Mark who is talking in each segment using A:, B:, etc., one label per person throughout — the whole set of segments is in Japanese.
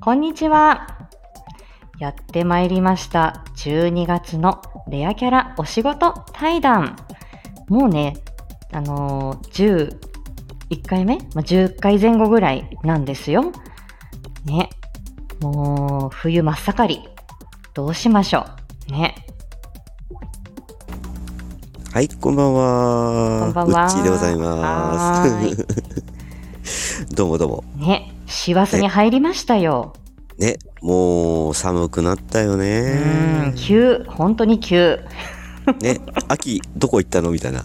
A: こんにちは。やってまいりました。12月のレアキャラお仕事対談。もうね、あのー、11回目、まあ、?10 回前後ぐらいなんですよ。ね。もう、冬真っ盛り。どうしましょう。ね。
B: はい、こんばんは。
A: こんばんは。
B: うっちーでございます。 どうもどうも。
A: ね、師走に入りました よ。
B: ね、もう寒くなったよね。
A: うん、急、本当に急。
B: ね、秋どこ行ったのみたいな。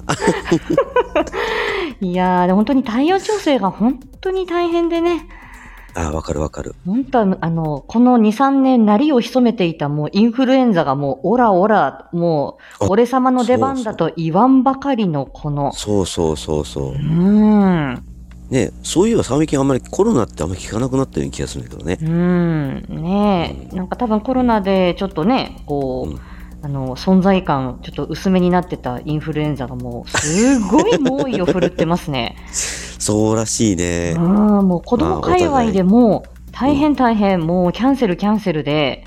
A: いやー、本当に太陽調整が本当に大変でね。
B: あわかるわかる。
A: 本当あの、この2、3年、なりを潜めていたもうインフルエンザがもう、オラオラ、もう、俺様の出番だと言わんばかりのこの。。
B: そうそうそうそう。うんねそういえば最近あんまりコロナってあんまり聞かなくなったような気がするんだけどね。
A: うん。ね、うん、なんか多分コロナでちょっとね、こう、うんあの存在感ちょっと薄めになってたインフルエンザがもうすごい猛威を振るってます ね。
B: そうらしいね。
A: あもう子供界隈でも大変大変、うん、もうキャンセルキャンセルで。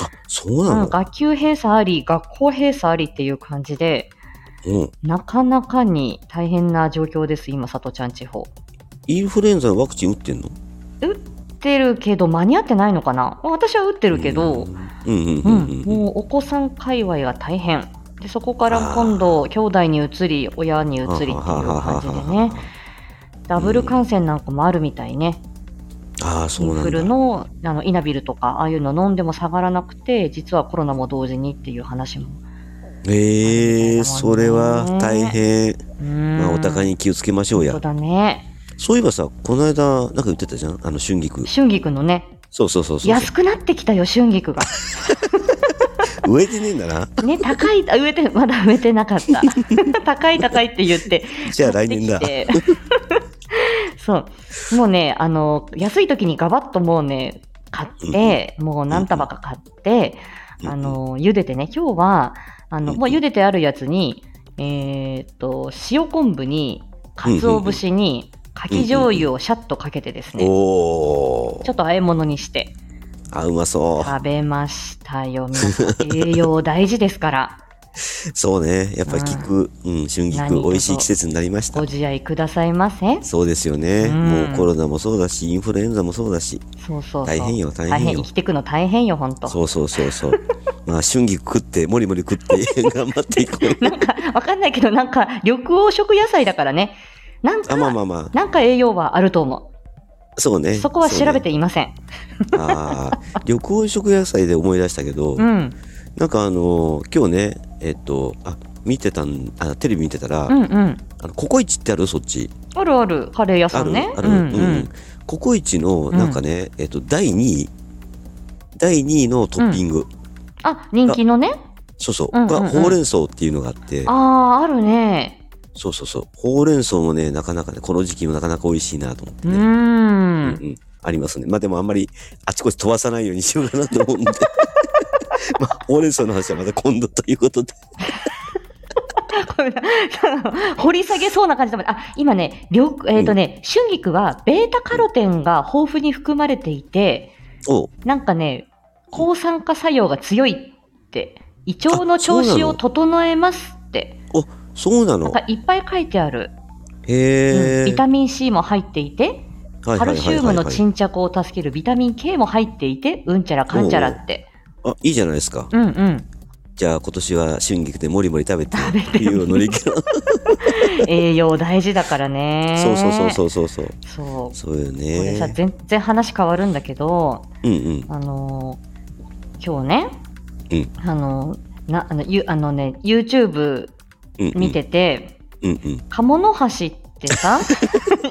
B: あそうなの、
A: 学級閉鎖あり学校閉鎖ありっていう感じで、
B: うん、
A: なかなかに大変な状況です今さとちゃん地方。
B: インフルエンザのワクチン打ってんの
A: 打ってるけど間に合ってないのかな私は打ってるけど。うんもうお子さん界隈が大変でそこから今度兄弟に移り親に移りっていう感じでねダブル感染なんかもあるみたいね、
B: うん、あそうなん
A: インフルのあのイナビルとかああいうの飲んでも下がらなくて実はコロナも同時にっていう話も。
B: えー、ね、それは大変、まあ、お互いに気をつけましょうや
A: そうだね
B: そういえばさこの間なんか言ってたじゃんあの春菊
A: 春菊のね
B: そうそうそうそう
A: 安くなってきたよ春菊が
B: 植えてねえん だな
A: ね高い植えてまだ植えてなかった 高い高いって言って
B: じゃあ来年だ
A: そうもうねあの安い時にガバッともうね買って、うん、もう何束か買って、うん、あの茹でてね今日はあの、うん、もう茹でてあるやつにえー、っと塩昆布に鰹節に、かき醤油をシャッとかけてですね、うんうん、ちょっと和え物にして
B: あうまそう
A: 食べましたよ皆さん栄養大事ですから
B: そうねやっぱり菊、うん、うん、春菊美味しい季節になりました
A: ご自愛くださいませ
B: そうですよね、うん、もうコロナもそうだしインフルエンザもそうだし
A: そうそう
B: 大変よ大変よ
A: 生きてくの大変よ本当
B: そうそうそうそう まあ春菊食ってもりもり食って 頑張ってい こう
A: なんかわかんないけどなんか緑黄色野菜だからねなんか、
B: まあまあま
A: あ、なんか栄養はあると思
B: う。そうね。
A: そこは調べていません。ね、
B: ああ、緑黄色野菜で思い出したけど、
A: うん、
B: なんかあのー、今日ね、えっと、あ、見てたん、あ、テレビ見てたら、
A: うんうん、
B: あのココイチってあるそっち。
A: あるある、カレー屋さんね。
B: ある、ある、うん、うん、ココイチの、なんかね、うん、えっと、第2位、第2位のトッピング。
A: あ、人気のね。
B: そうそう、うんうんうん、がほうれん草っていうのがあって。
A: ああ、あるね。
B: そうそうそう。ほうれん草もね、なかなかね、この時期もなかなか美味しいなと思ってね。
A: うん,うん
B: うん、ありますね。まあでもあんまりあちこち飛ばさないようにしようかなと思うんで。 まあ、ほうれん草の話はまた今度ということで
A: 掘り下げそうな感じだもん。あ、今ね、りょえっ、ー、とね、うん、春菊はベータカロテンが豊富に含まれていて、
B: うん、
A: なんかね、抗酸化作用が強いって、胃腸の調子を整えますって。
B: おそうなの
A: いっぱい書いてある。
B: へ
A: うん、ビタミン C も入っていて、カルシウムの沈着を助けるビタミン K も入っていて、うんちゃらかんちゃらって。
B: あ、いいじゃないですか。
A: うんうん。
B: じゃあ今年は春菊でもりもり食べて、冬を乗り 切ろう。
A: 栄養大事だからね。
B: そうそうそうそうそう
A: そう。
B: そうよね。こ
A: れさ、全然話変わるんだけど、
B: うんうん、
A: あのー、今日ね、うん、あのー、なあのゆあのね、YouTube うんうん、見てて、
B: うんうん、
A: 鴨の橋って さ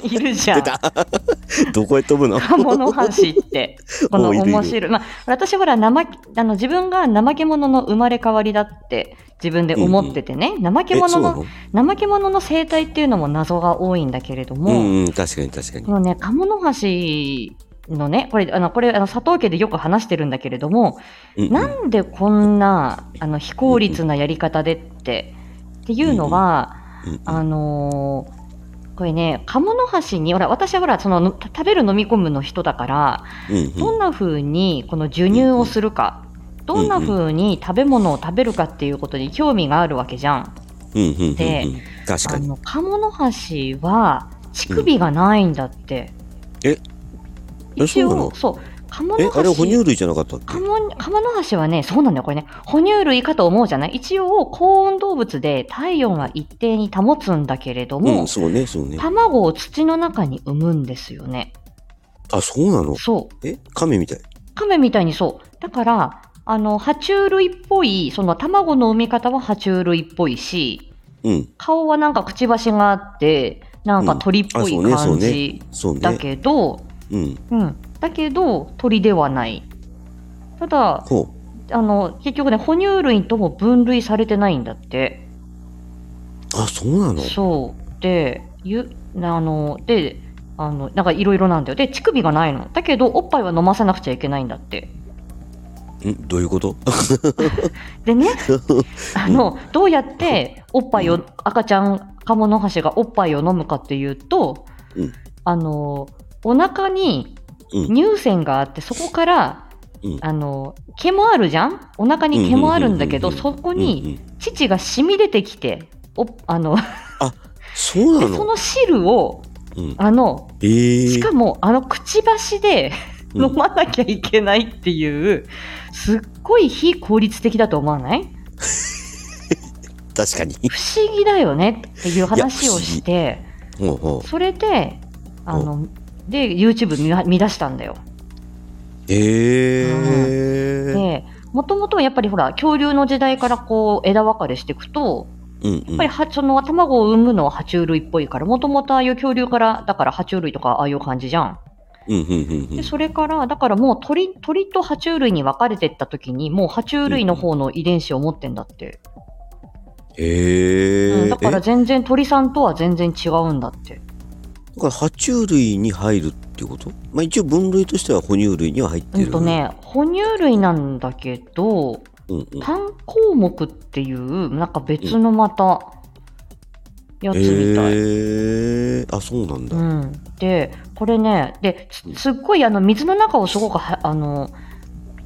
A: いるじゃん。
B: どこへ飛ぶの
A: 鴨の橋 ってこの面白いまあ、私ほら怠あの自分が怠け者の生まれ変わりだって自分で思っててね、うんうん、怠け者の怠け者の生態っていうのも謎が多いんだけれども、
B: うんうん、確かに確かに。
A: このね鴨の橋のね、これ、あの、これ、あの、佐藤家でよく話してるんだけれども、うんうん、 なんでこんな、あの、非効率なやり方でって、っていうのは、うんうん、あのー、これね、鴨の橋に、ほら、私はほら、そのの食べる飲み込むの人だから、
B: うん
A: どんな風にこの授乳をするか、どんな風に食べ物を食べるかっていうことに興味があるわけじゃん。
B: うんうんうんうん
A: で
B: 確か
A: あ
B: に
A: の鴨の橋は乳首がないんだって。
B: うんええ
A: 一
B: そうなの
A: 応、そう。鴨
B: え
A: の
B: あれ
A: 橋
B: は哺乳類じゃなかったっけ
A: 鴨に鴨の橋はね、そうなんだよ、これね。哺乳類かと思うじゃない一応、高温動物で体温は一定に保つんだけれど
B: う
A: も、
B: んそうねそうね
A: 卵を土の中に産むんですよね。
B: あそうなの
A: そう。
B: え亀みたい
A: 亀みたいにそう。だから、あの、爬虫類っぽい、その卵の産み方は爬虫類っぽいし、
B: うん
A: 顔はなんかくちばしがあって、なんか鳥っぽい
B: うんあそうね
A: 感じ
B: そうね
A: だけど、
B: うん
A: うん。だけど、鳥ではない。ただ、
B: ほ
A: あの、結局ね、哺乳類とも分類されてないんだって。
B: うあそうなの
A: そう。で、ゆ、あの、で、あの、なんかいろいろなんだよ。で、乳首がないの。だけど、おっぱいは飲ませなくちゃいけないんだって。
B: んどういうこと
A: で ね、あの、どうやっておっぱいを、
B: うん
A: 赤ちゃん、カモノハシがおっぱいを飲むかっていうと、
B: うん
A: あの、お腹に
B: うん
A: 乳腺があって、そこから、
B: うん
A: あの、毛もあるじゃんお腹に毛もあるんだけど、
B: うんうんうん
A: そこ
B: うんう
A: に
B: ん
A: 乳が染み出てきて、おあの、
B: そうな
A: で
B: の
A: その汁を、
B: うん
A: あの、
B: えー、
A: しかも、あの、くちばしで
B: うん
A: 飲まなきゃいけないっていう、すっごい非効率的だと思わない
B: 確かに
A: 不思議だよねっていう話をして、
B: ほうほう
A: それで、あの、で、YouTube 見は見出したんだよ。
B: えー
A: で、もともとはやっぱりほら、恐竜の時代からこう、枝分かれしていくと、
B: うんう
A: やっ
B: ん
A: ぱりは、その卵を産むのは爬虫類っぽいから、もともとああいう恐竜から、だから爬虫類とかああいう感じじゃん。
B: うんうんうんうん
A: で、それから、だからもう鳥、鳥と爬虫類に分かれてった時に、もう爬虫類の方の遺伝子を持ってんだって。
B: へえ、
A: うんだから
B: え
A: 全然鳥さんとは全然違うんだって。
B: だから爬虫類に入るってことまあ一応分類としては哺乳類には入って
A: う
B: る。
A: んとね、哺乳類なんだけど、
B: うんうん。
A: 単項目っていう、なんか別のまた、やつみたい。
B: へえあ、そうなんだ。
A: う
B: うん
A: ん、で、これね、で、すすっごいあの水の中をすごくはあの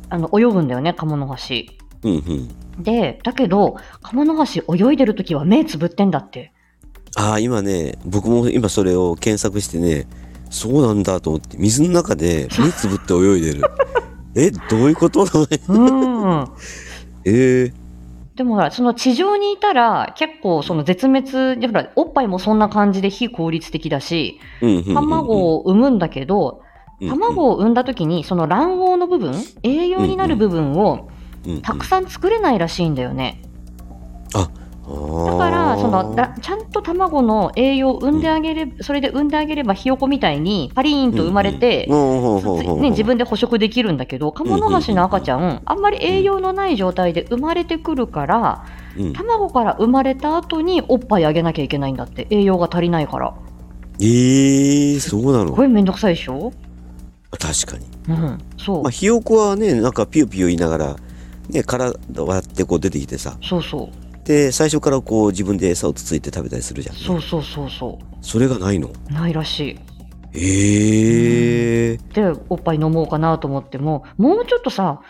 A: あの泳ぐんだよね、カモノハシ。
B: うん。
A: で、だけど、カモノハシ泳いでるときは目つぶってんだって。
B: ああ、今ね、僕も今それを検索してね、そうなんだと思って、水の中で目つぶって泳 いでる。え、どういうこと
A: うん。
B: ええ
A: でもほら、その地上にいたら、結構その絶滅で、ほら、おっぱいもそんな感じで非効率的だし、
B: うんうんうんうん。
A: 卵を産むんだけど、
B: うんうん、
A: 卵を産んだ時に、その卵黄の部分、栄養になる部分を
B: うんうん、
A: たくさん作れないらしいんだよね。だ
B: だ
A: から、そのだ、ちゃんと卵の栄養を産んであげれば、それで産んであげれば、ひよこみたいにパリーンと生まれて、つつね、自分で捕食できるんだけど、カモノハシの赤ちゃん、あんまり栄養のない状態で生まれてくるから、
B: うん、
A: 卵から生まれた後におっぱいあげなきゃいけないんだって栄養が足りないから
B: ええそうな
A: す
B: の
A: ごいめんどくさいでしょ
B: 確かに。
A: うんそう、
B: まあ、ひよこはね、なんかピヨピヨ言いながら、ね、殻割ってこう出てきてさ、
A: そうそう
B: で、最初からこう自分で餌をつついて食べたりするじゃんね、
A: そうそうそうそ
B: それがないの。
A: うないらし
B: ええ
A: いでおっぱい飲もうかなと思ってももうちょっとさ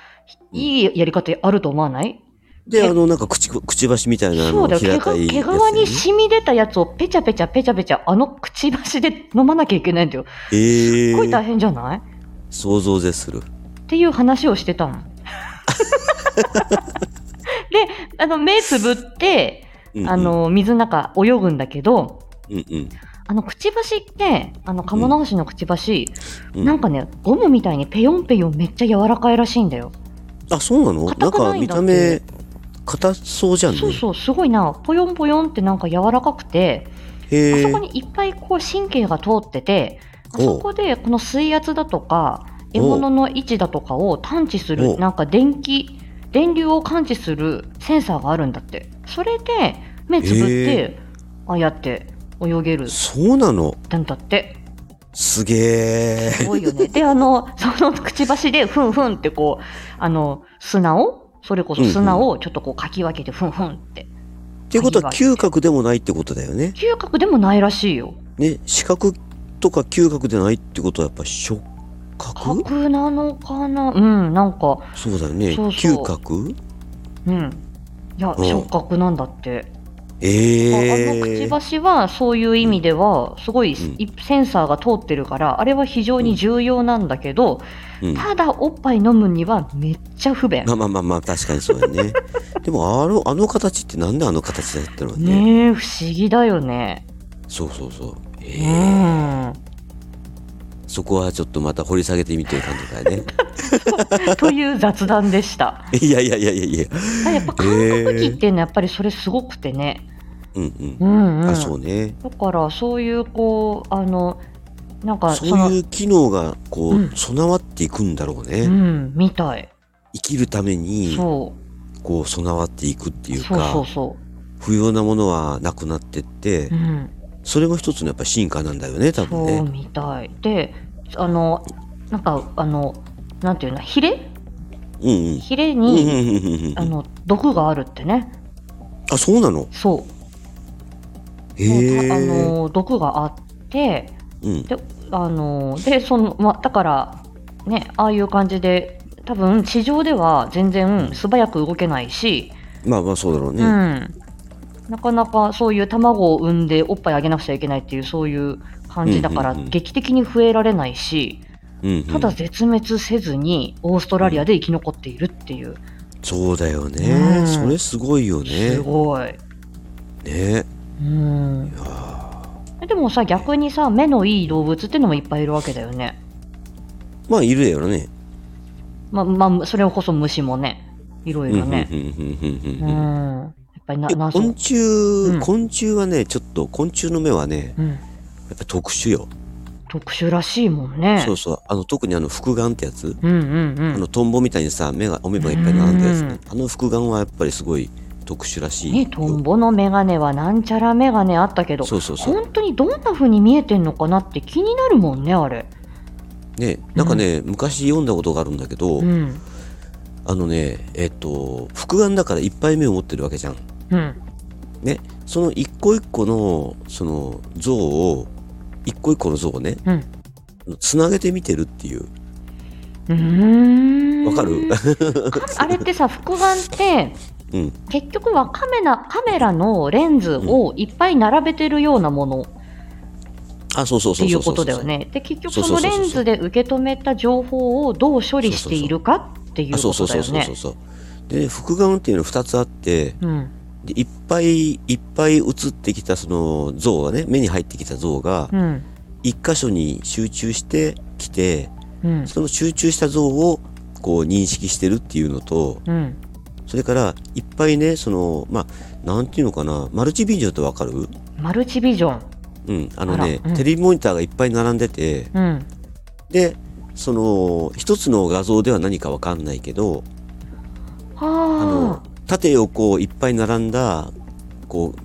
A: いいやり方あると思わない、
B: で、
A: え
B: あの、なんか、くち、くちばしみたいな、あ
A: そう
B: の、
A: だよ毛
B: 平
A: が
B: たいやつ
A: 毛
B: でね、
A: 皮に染み出たやつをペチャペチャペチャペチャあのくちばしで飲まなきゃいけないんだよ
B: ええ
A: すっごい大変じゃない、
B: 想像絶する。
A: っていう話をしてたの。で、あの、目つぶって、
B: うんうん
A: あ、の、水の中泳ぐんだけど、
B: うんうん
A: あの、くちばしって、あの、カモノハシのくちばし、
B: うん。
A: なんかね、ゴムみたいにペヨンペヨンめっちゃ柔らかいらしいんだよ。
B: あ、そうなのな
A: 硬
B: ん
A: く
B: か、
A: ないん
B: 見
A: だって
B: た目、硬そうじゃんね。
A: そうそう、すごいな、ポヨンポヨンってなんか柔らかくて、あ
B: へえ
A: そこにいっぱいこう神経が通ってて、あそこでこの水圧だとか、獲物の位置だとかを探知す
B: お
A: る、なんか電気、電流を感知するセンサーがあるんだって。それで、目つぶって、ああやって泳げる
B: そうなの
A: なんだって。
B: すげえ。
A: すごいよね。で、あの、そのくちばしで、ふんふんってこう、あの、砂を、それこそ砂をちょっとこうかき分けて、ふんふんって。
B: っていうことは、嗅覚でもないってことだよね。
A: 嗅覚でもないらしいよ。
B: ね、視覚とか嗅覚でないってことはやっぱ触覚
A: 角なのかなうんなんか
B: そうだよね
A: そうそう
B: 嗅覚
A: うんいや、
B: うん
A: 触覚なんだって、
B: え
A: まあ
B: え
A: あのくちばしはそういう意味ではすごい
B: うん
A: いセンサーが通ってるからあれは非常に重要なんだけど、
B: うん
A: ただおっぱい飲むにはめっちゃ不便
B: まあまあまあまあ確かにそうだ ねでもあのあの形ってなんであの形だったのね
A: ねえ不思議だよね
B: そうそうそうえ
A: う
B: え
A: ん
B: そこはちょっとまた掘り下げてみてる感じだね
A: という雑談でした
B: いやいやいやいやいや
A: あやっぱ感覚器っていうのはやっぱりそれすごくてね、
B: うんうん、
A: うんうん
B: あそうね
A: だからそういうこうあのなんかそ
B: そ
A: の
B: ういう機能がこう、
A: うん
B: 備わっていくんだろうね、
A: うんみたい、
B: 生きるために
A: そ
B: こう備わっていくって
A: う
B: いう
A: そう
B: か
A: そうそ
B: 不要なものはなくなってって、
A: う、うん、
B: それも一つのやっぱ進化なんだよね多分
A: そう
B: ね
A: みたいであのなんかあのなんていうのヒレ
B: うんうん
A: ヒレ
B: うん
A: に、
B: うんうんうん
A: あの毒があるってね
B: あそうなの
A: そう
B: へ
A: もう
B: え
A: たあの毒があって
B: うん
A: であのでその、ま、だからねああいう感じで多分地上では全然素早く動けないし、
B: まあまあそうだろうね、
A: うん、なかなかそういう卵を産んでおっぱいあげなくちゃいけないっていうそういう感じだから、
B: うんうんうん
A: 劇的に増えられないし
B: うんうん
A: ただ絶滅せずにオーストラリアで生き残っているっていう、
B: そうだよね、
A: うん
B: それすごいよね
A: すごい。
B: ね
A: うん
B: い、やー
A: でもさ逆にさ目のいい動物っていうのもいっぱいいるわけだよね。
B: まあいるやろね
A: まあまあそれこそ虫もねいろいろね。
B: うんうんうんう
A: う
B: んうんうん
A: んやっぱりな
B: え
A: 謎、う
B: 昆
A: ん、
B: 虫、
A: ん
B: 昆虫はねちょっと昆虫の目はねやっぱ特殊よ、
A: 特殊らしいもんね。
B: そうそうあの特にあの複眼ってやつ、
A: うんうんう
B: あ
A: ん。
B: のトンボみたいにさ目がお目目がいっぱい並んでるやつ
A: う
B: ね
A: ん
B: あの複眼はやっぱりすごい特殊らしい
A: ね
B: よ
A: トンボのメガネはなんちゃらメガネあったけど
B: そうそうそう
A: 本当にどんな風に見えてんのかなって気になるもんねあれ。
B: ねなんかね、昔読んだことがあるんだけど、
A: うん
B: あのねえっと複眼だからいっぱい目を持ってるわけじゃん
A: うん
B: ねその一個一個のその像を一個一個の像をね
A: うん。
B: つなげて見てるっていう
A: うーん
B: わか る
A: かあれってさ複眼って
B: うん
A: 結局はカメラカメラのレンズをいっぱい並べてるようなものっ
B: あそうそう
A: て
B: そう
A: い
B: そう
A: う
B: そ
A: こ
B: う
A: と
B: そう
A: だよね。で結局
B: そう
A: そ
B: そ
A: の
B: うそうそう
A: レンズで受け止めた情報をどう処理しているかっていう
B: あそう
A: こ
B: そ
A: と
B: う
A: だ
B: そう
A: よ
B: そうそ
A: ね
B: う。そうで複眼っていうのは2つあって
A: うん
B: でいっぱいいっぱい映ってきたその像がね目に入ってきた像が
A: うん
B: 一箇所に集中してきて
A: うん
B: その集中した像をこう認識してるっていうのと
A: うん
B: それからいっぱいねそのまあなんていうのかなマルチビジョンってわかる
A: マルチビジョン。
B: うん、あのね
A: あらうん
B: テレビモニターがいっぱい並んでて
A: うん
B: でその一つの画像では何かわかんないけどあ
A: は
B: の縦横をいっぱい並んだこう、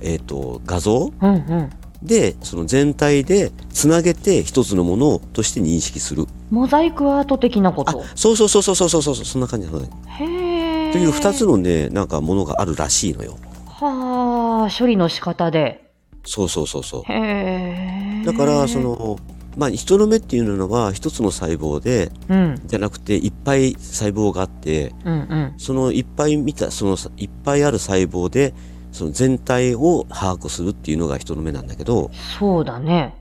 B: えっと画像
A: あ。うんうん。
B: でその全体でつなげて一つのものとして認識する
A: モザイクアート的なこ
B: あ
A: と。
B: そうそうそうそうそうそうそうそんな感じなのね
A: へえ。
B: という二つのねなんかものがあるらしいのよ
A: はあ、処理の仕方で。
B: そうそうそうそう
A: へえ。
B: だからそ、のまあ人の目っていうのは一つの細胞で
A: うん、
B: じゃなくていっぱい細胞があって
A: うん、うん。
B: そのいっぱい見たそのいっぱいある細胞でその全体を把握するっていうのが人の目なんだけど、
A: そうだね。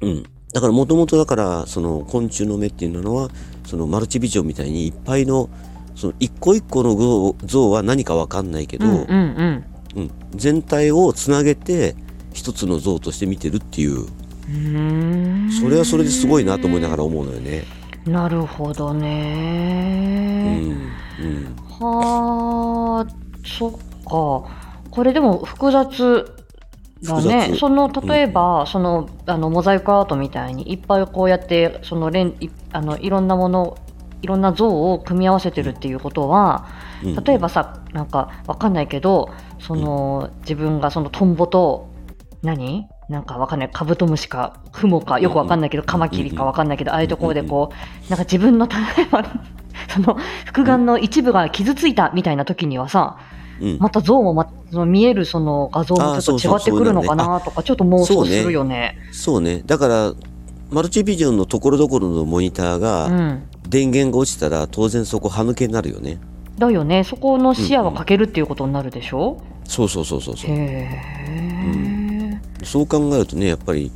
B: うん、だからもともとだからその昆虫の目っていうのはそのマルチビジョンみたいにいっぱいのその一個一個の像像は何かわかんないけど、
A: う、
B: うんん
A: うん、うん。
B: 全体をつなげて一つの像として見てるっていう
A: うーん
B: それはそれですごいなと思いながら思うのよね。
A: なるほど
B: う
A: ね、
B: んうん、
A: はあそっかこれでも複雑だね
B: 複雑
A: その例えば、そのあのモザイクアートみたいにいっぱいこうやってそのレンいあのいろんなものいろんな像を組み合わせてるっていうことは、
B: うん
A: 例えばさなんかわかんないけどその、自分がそのトンボと何なんかわかんないカブトムシかクモかよくわかんないけどカマキリかわかんないけどああいうところでこうなんか 自分の例えばその複眼の一部が傷ついたみたいな時にはさ
B: うん
A: また像もま、その見えるその画像もちょっと違ってくるのかなとか、ちょっともう少しするよね。
B: そうねだからマルチビジョンのところどころのモニター
A: う
B: が
A: ん。
B: 電源が落ちたら当然そこ歯抜けになるよね
A: だよね。そこの視野はかけるっていうことになるでしょ、
B: そうそうそうそうそう
A: へえ、
B: そう考えるとねやっぱり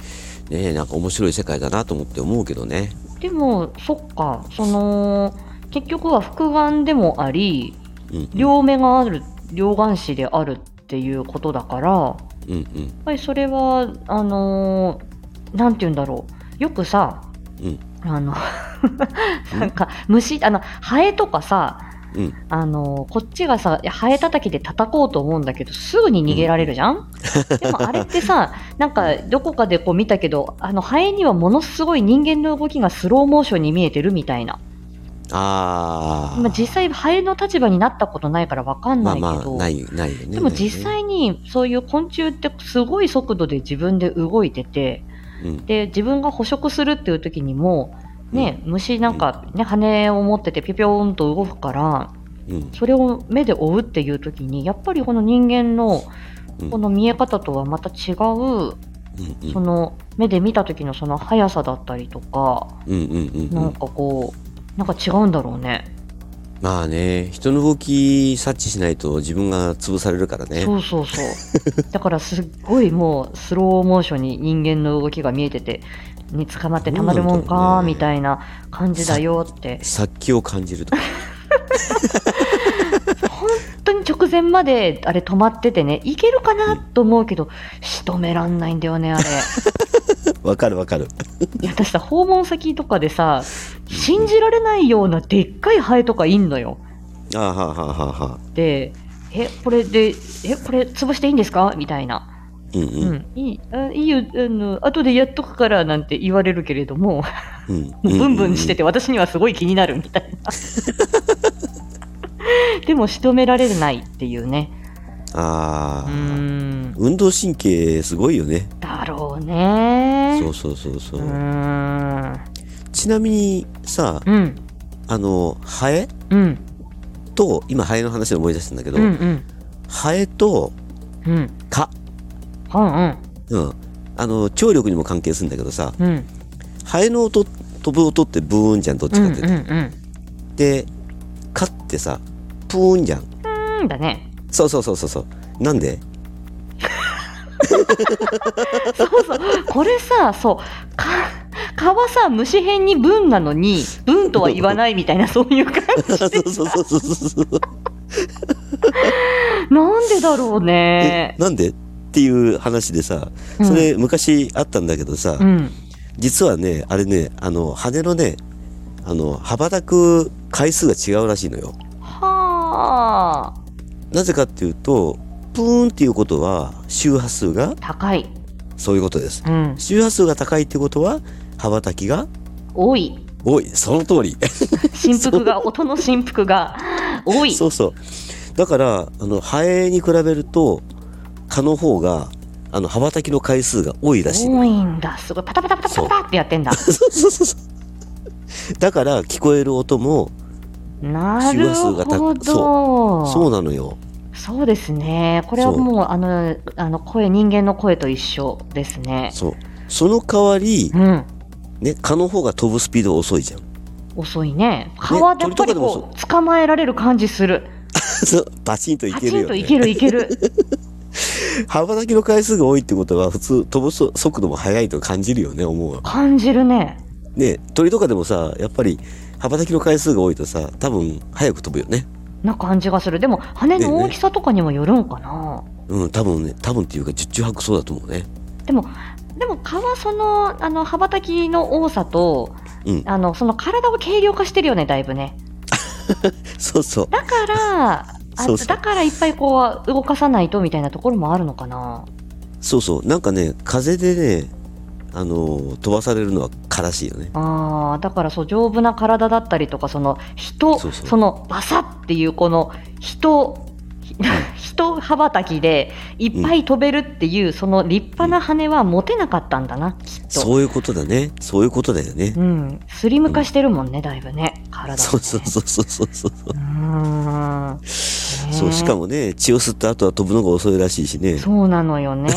B: ねなんか面白い世界だなと思って思うけどね
A: でも、そっか、その、結局は複眼でもあり、
B: うんうん
A: 両目がある、両眼視であるっていうことだから、や
B: うんうん
A: っぱりそれは、あのーなんて言うんだろう。よくさ、
B: うん
A: あの、なんか、虫、あの、ハエとかさ、
B: うん
A: あのこっちがさハエたたきで叩こうと思うんだけどすぐに逃げられるじゃん、でもあれって さなんかどこかでこう見たけどあのハエにはものすごい人間の動きがスローモーションに見えてるみたいな、
B: あ
A: まあ、
B: あ
A: 実際ハエの立場になったことないからわかん
B: ま
A: ない
B: あ
A: けど、
B: まあないないよね
A: でも実際にそういう昆虫ってすごい速度で自分で動いてて
B: ないよね
A: で自分が捕食するっていう時にもね、虫なんか、ね、羽を持っててピョピョーンと動くから
B: うんうん
A: それを目で追うっていう時にやっぱりこの人間の
B: うん
A: この見え方とはまた違う、
B: うんうん
A: その目で見た時のその速さだったりとか、
B: うんうんうんう
A: なんんかこうなんか違うんだろうね
B: まあね人の動き察知しないと自分が潰されるからね
A: そうそうそうだからすっごいもうスローモーションに人間の動きが見えててに捕まってたまるもん
B: そうなんだ
A: か
B: ろうね
A: みたいな感じだよって
B: 殺気を感じ るとか
A: 本当に直前まであれ止まっててねいけるかなと思うけど仕留めらんないんだよね あれ。
B: わかるわかる
A: いや私さ訪問先とかでさ信じられないようなでっかいハエとかいんのよ
B: ああはあはあはあはあ
A: でえこれでえこれ潰していいんですかみたいな、
B: うん
A: う
B: うんん
A: いいあいいよあの後でやっとくからなんて言われるけれども
B: うん
A: もうブンブンしてて私にはすごい気になるみ たいなでも仕留められないっていうね
B: あ
A: う
B: あ、
A: ん
B: 運動神経すごいよね。
A: だろうね
B: そうそうそうそう。
A: うーん
B: ちなみにさ、
A: うん
B: あの、ハエ
A: うん
B: と、今ハエの話で思い出したんだけど、
A: うんうん
B: ハエと
A: うん
B: 蚊。
A: うん
B: うん。あの、聴力にも関係するんだけどさ、
A: うんうん
B: ハエの音、飛ぶ音ってブーンじゃん、どっちかっていうと。
A: うんうん
B: で、蚊ってさ、プーンじゃん。
A: うん、うんだね。
B: そうそうそうそうそう。なん で
A: そうそう。これさ、そう。か、蚊はさ、虫編に文なのに、文とは言わないみたいな、そういう感
B: そうそうそうそうそうそう。
A: じ。なんでだろう
B: え
A: ね。
B: なんでっていう話でさ、
A: うん
B: それ昔あったんだけどさ、
A: うん。
B: 実はねあれねあの羽のねあの羽ばたく回数が違うらしいのよ
A: はあ。
B: なぜかっていうとプーンっていうことは周波数が
A: 高い。
B: そういうことです
A: うん。
B: 周波数が高いってことは羽ばたきが
A: 多い。
B: 多いその通り
A: 振幅が、音の振幅が多い。
B: そうそうだからあのハエに比べると蚊の方があの羽ばたきの回数が多いらしいの
A: 多いんだ。すごい。パタパタパタパタパタってやってんだ。
B: そうそうそうそう だから聞こえる音も
A: なる
B: 周波数
A: ほ
B: が高
A: ど。
B: くそうなのよ
A: そうですね。これはもう、あの、あの声、人間の声と一緒ですね。
B: そうその代わり、
A: うん。
B: ね、蚊の方が飛ぶスピード遅いじゃん。
A: 遅いね。蚊はやっぱり
B: 鳥とかで
A: こ
B: も
A: う、捕まえられる感じする。
B: そうバチンとい
A: パ
B: け
A: チ
B: る
A: ン
B: よ、
A: とい
B: ね。
A: けるいけ る。
B: 羽ばたきの回数が多いってことは、普通飛ぶそ速度も速いと感じるよね、思うわ。
A: 感じるね。
B: ね、鳥とかでもさ、やっぱり羽ばたきの回数が多いとさ、多分早く飛ぶよね。
A: な感じがする。でも、羽の大きさとかにもよるんかな。
B: うん、多分ね、多分っていうか、十中八九そうだと思うね。
A: でも、でも蚊はその、あの、羽ばたきの多さと、
B: うん
A: あの、その体を軽量化してるよね、だいぶね。
B: そうそう。
A: だから、あ
B: そうそう
A: だからいっぱいこう、動かさないとみたいなところもあるのかな。
B: そうそう。なんかね、風でね、あのー飛ばされるのは蚊らしいよね。
A: ああ、だからそう、丈夫な体だったりとか、その人、
B: そうそう
A: そのバサっていうこの人、ひ 人羽ばたきでいっぱい飛べるっていう、その立派な羽は持てなかったんだな、きっと。
B: そういうことだね。そういうことだよね。
A: うん、スリム化してるもんね、だいぶね、体がね、
B: そうそうそうそうそうそう。
A: うーん。
B: そう、しかもね、血を吸った後は飛ぶのが遅いらしいしね。
A: そうなの よね。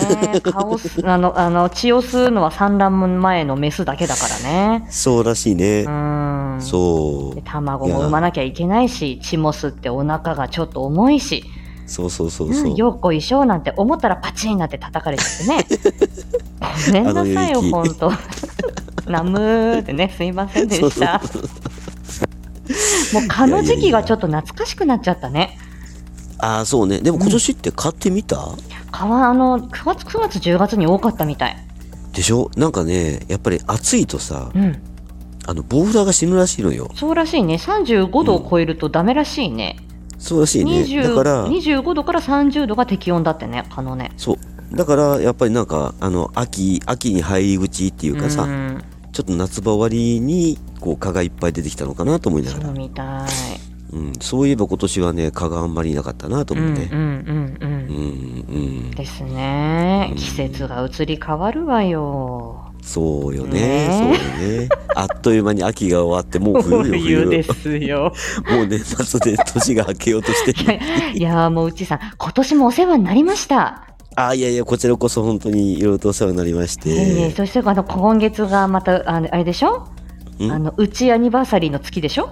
A: 顔す、あの、あの、血を吸うのは産卵前のメスだけだからね。
B: そうらしいね
A: う。ん。
B: そう
A: で。卵も産まなきゃいけないし、血も吸ってお腹がちょっと重いし、
B: そうそうそう
A: う
B: そ
A: ん、
B: う。
A: よっこいしょなんて思ったらパチンなんて叩かれちゃってね。ごめんなさいよ、
B: あの勇気
A: ほんと。 ナムーってね、すいませんで
B: そう
A: し
B: そう
A: た。もう蚊の時期がちょっと懐かしくなっちゃったね。
B: ああ、そうね。でも今年って買ってみた、
A: 蚊はあの、9月、9月、10月に多かったみたい。
B: でしょなんかね、やっぱり暑いとさ、
A: うん。
B: あの、ボウフラが死ぬらしいのよ。
A: そうらしいね。35度を超えるとダメらしいね。
B: そうらしいね。だ
A: 20
B: から、
A: 25度から30度が適温だってね、蚊のね。
B: そう。だから、やっぱりなんか、あの、秋、秋に入り口っていうかさ、
A: ん
B: ちょっと夏場終わりに、こう、蚊がいっぱい出てきたのかなと思いな
A: そ
B: が
A: う
B: ら。
A: みたい。
B: うん。そういえば今年はね、蚊があんまりいなかったなと
A: うんう
B: 思うんね。
A: うんう。
B: うんん、うん。
A: ですね
B: う。ん
A: 季節が移り変わるわよ。
B: そうよ
A: ね
B: ね。そうよ ね。あっという間に秋が終わって、もう冬 よ、冬。
A: す よ。
B: もう年末で年が明けようとしてる。
A: いやーもううちさん、今年もお世話になりました。
B: あいやいや、こちらこそ本当にいろいろとお世話になりまし
A: ええ
B: て。
A: そしてあの今月がまたあのあれでしょ
B: ん
A: あのうちアニバーサリーの月でしょ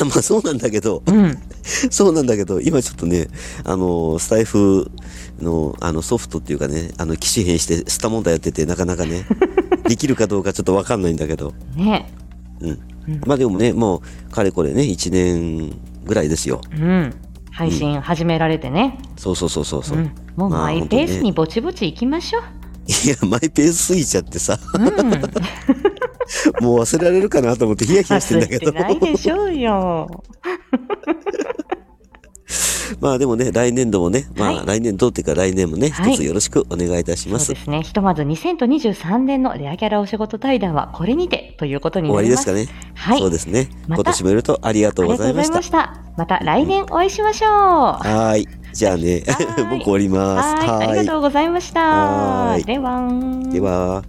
B: あ まあそうなんだけど、
A: うん。
B: そうなんだけど、今ちょっとね、あの、スタイフの、あの、ソフトっていうかね、あの、機種変して、スタ問題やってて、なかなか ね、できるかどうかちょっとわかんないんだけど。
A: ね。
B: うん
A: うん。
B: まあでもね、もう、かれこれね、1年ぐらいですよ。
A: うん。配信始められてね。
B: そうそうそうそうそうう。
A: ん。もう
B: まあ
A: マイペースにぼちぼち行きましょう。
B: いや、マイペースすぎちゃっ てさ、
A: うん。
B: もう忘れられるかなと思ってヒヤヒヤしてんだけど
A: 忘れて。ないでしょうよ。
B: まあでもね、来年度もね、まあ、
A: はい
B: 来年度っていうか来年もね、
A: はい
B: 一つよろしくお願いいたしま
A: そ
B: す。
A: うですね。ひとまず2023年のレアキャラお仕事対談はこれにてということに
B: 終
A: な
B: わり
A: り
B: で
A: ますす。
B: かね。
A: はい。
B: そうですね。
A: また
B: 今年もいろいろとありがと
A: あ
B: う
A: り
B: ご
A: がと
B: ざ
A: う
B: い
A: ご
B: ま
A: ざい
B: した。
A: ました。また来年お会いしましょう。は
B: はーい。じゃあね
A: はーい、
B: 僕降ります。
A: い。ありがとうございました
B: はー。い
A: ではん。
B: では。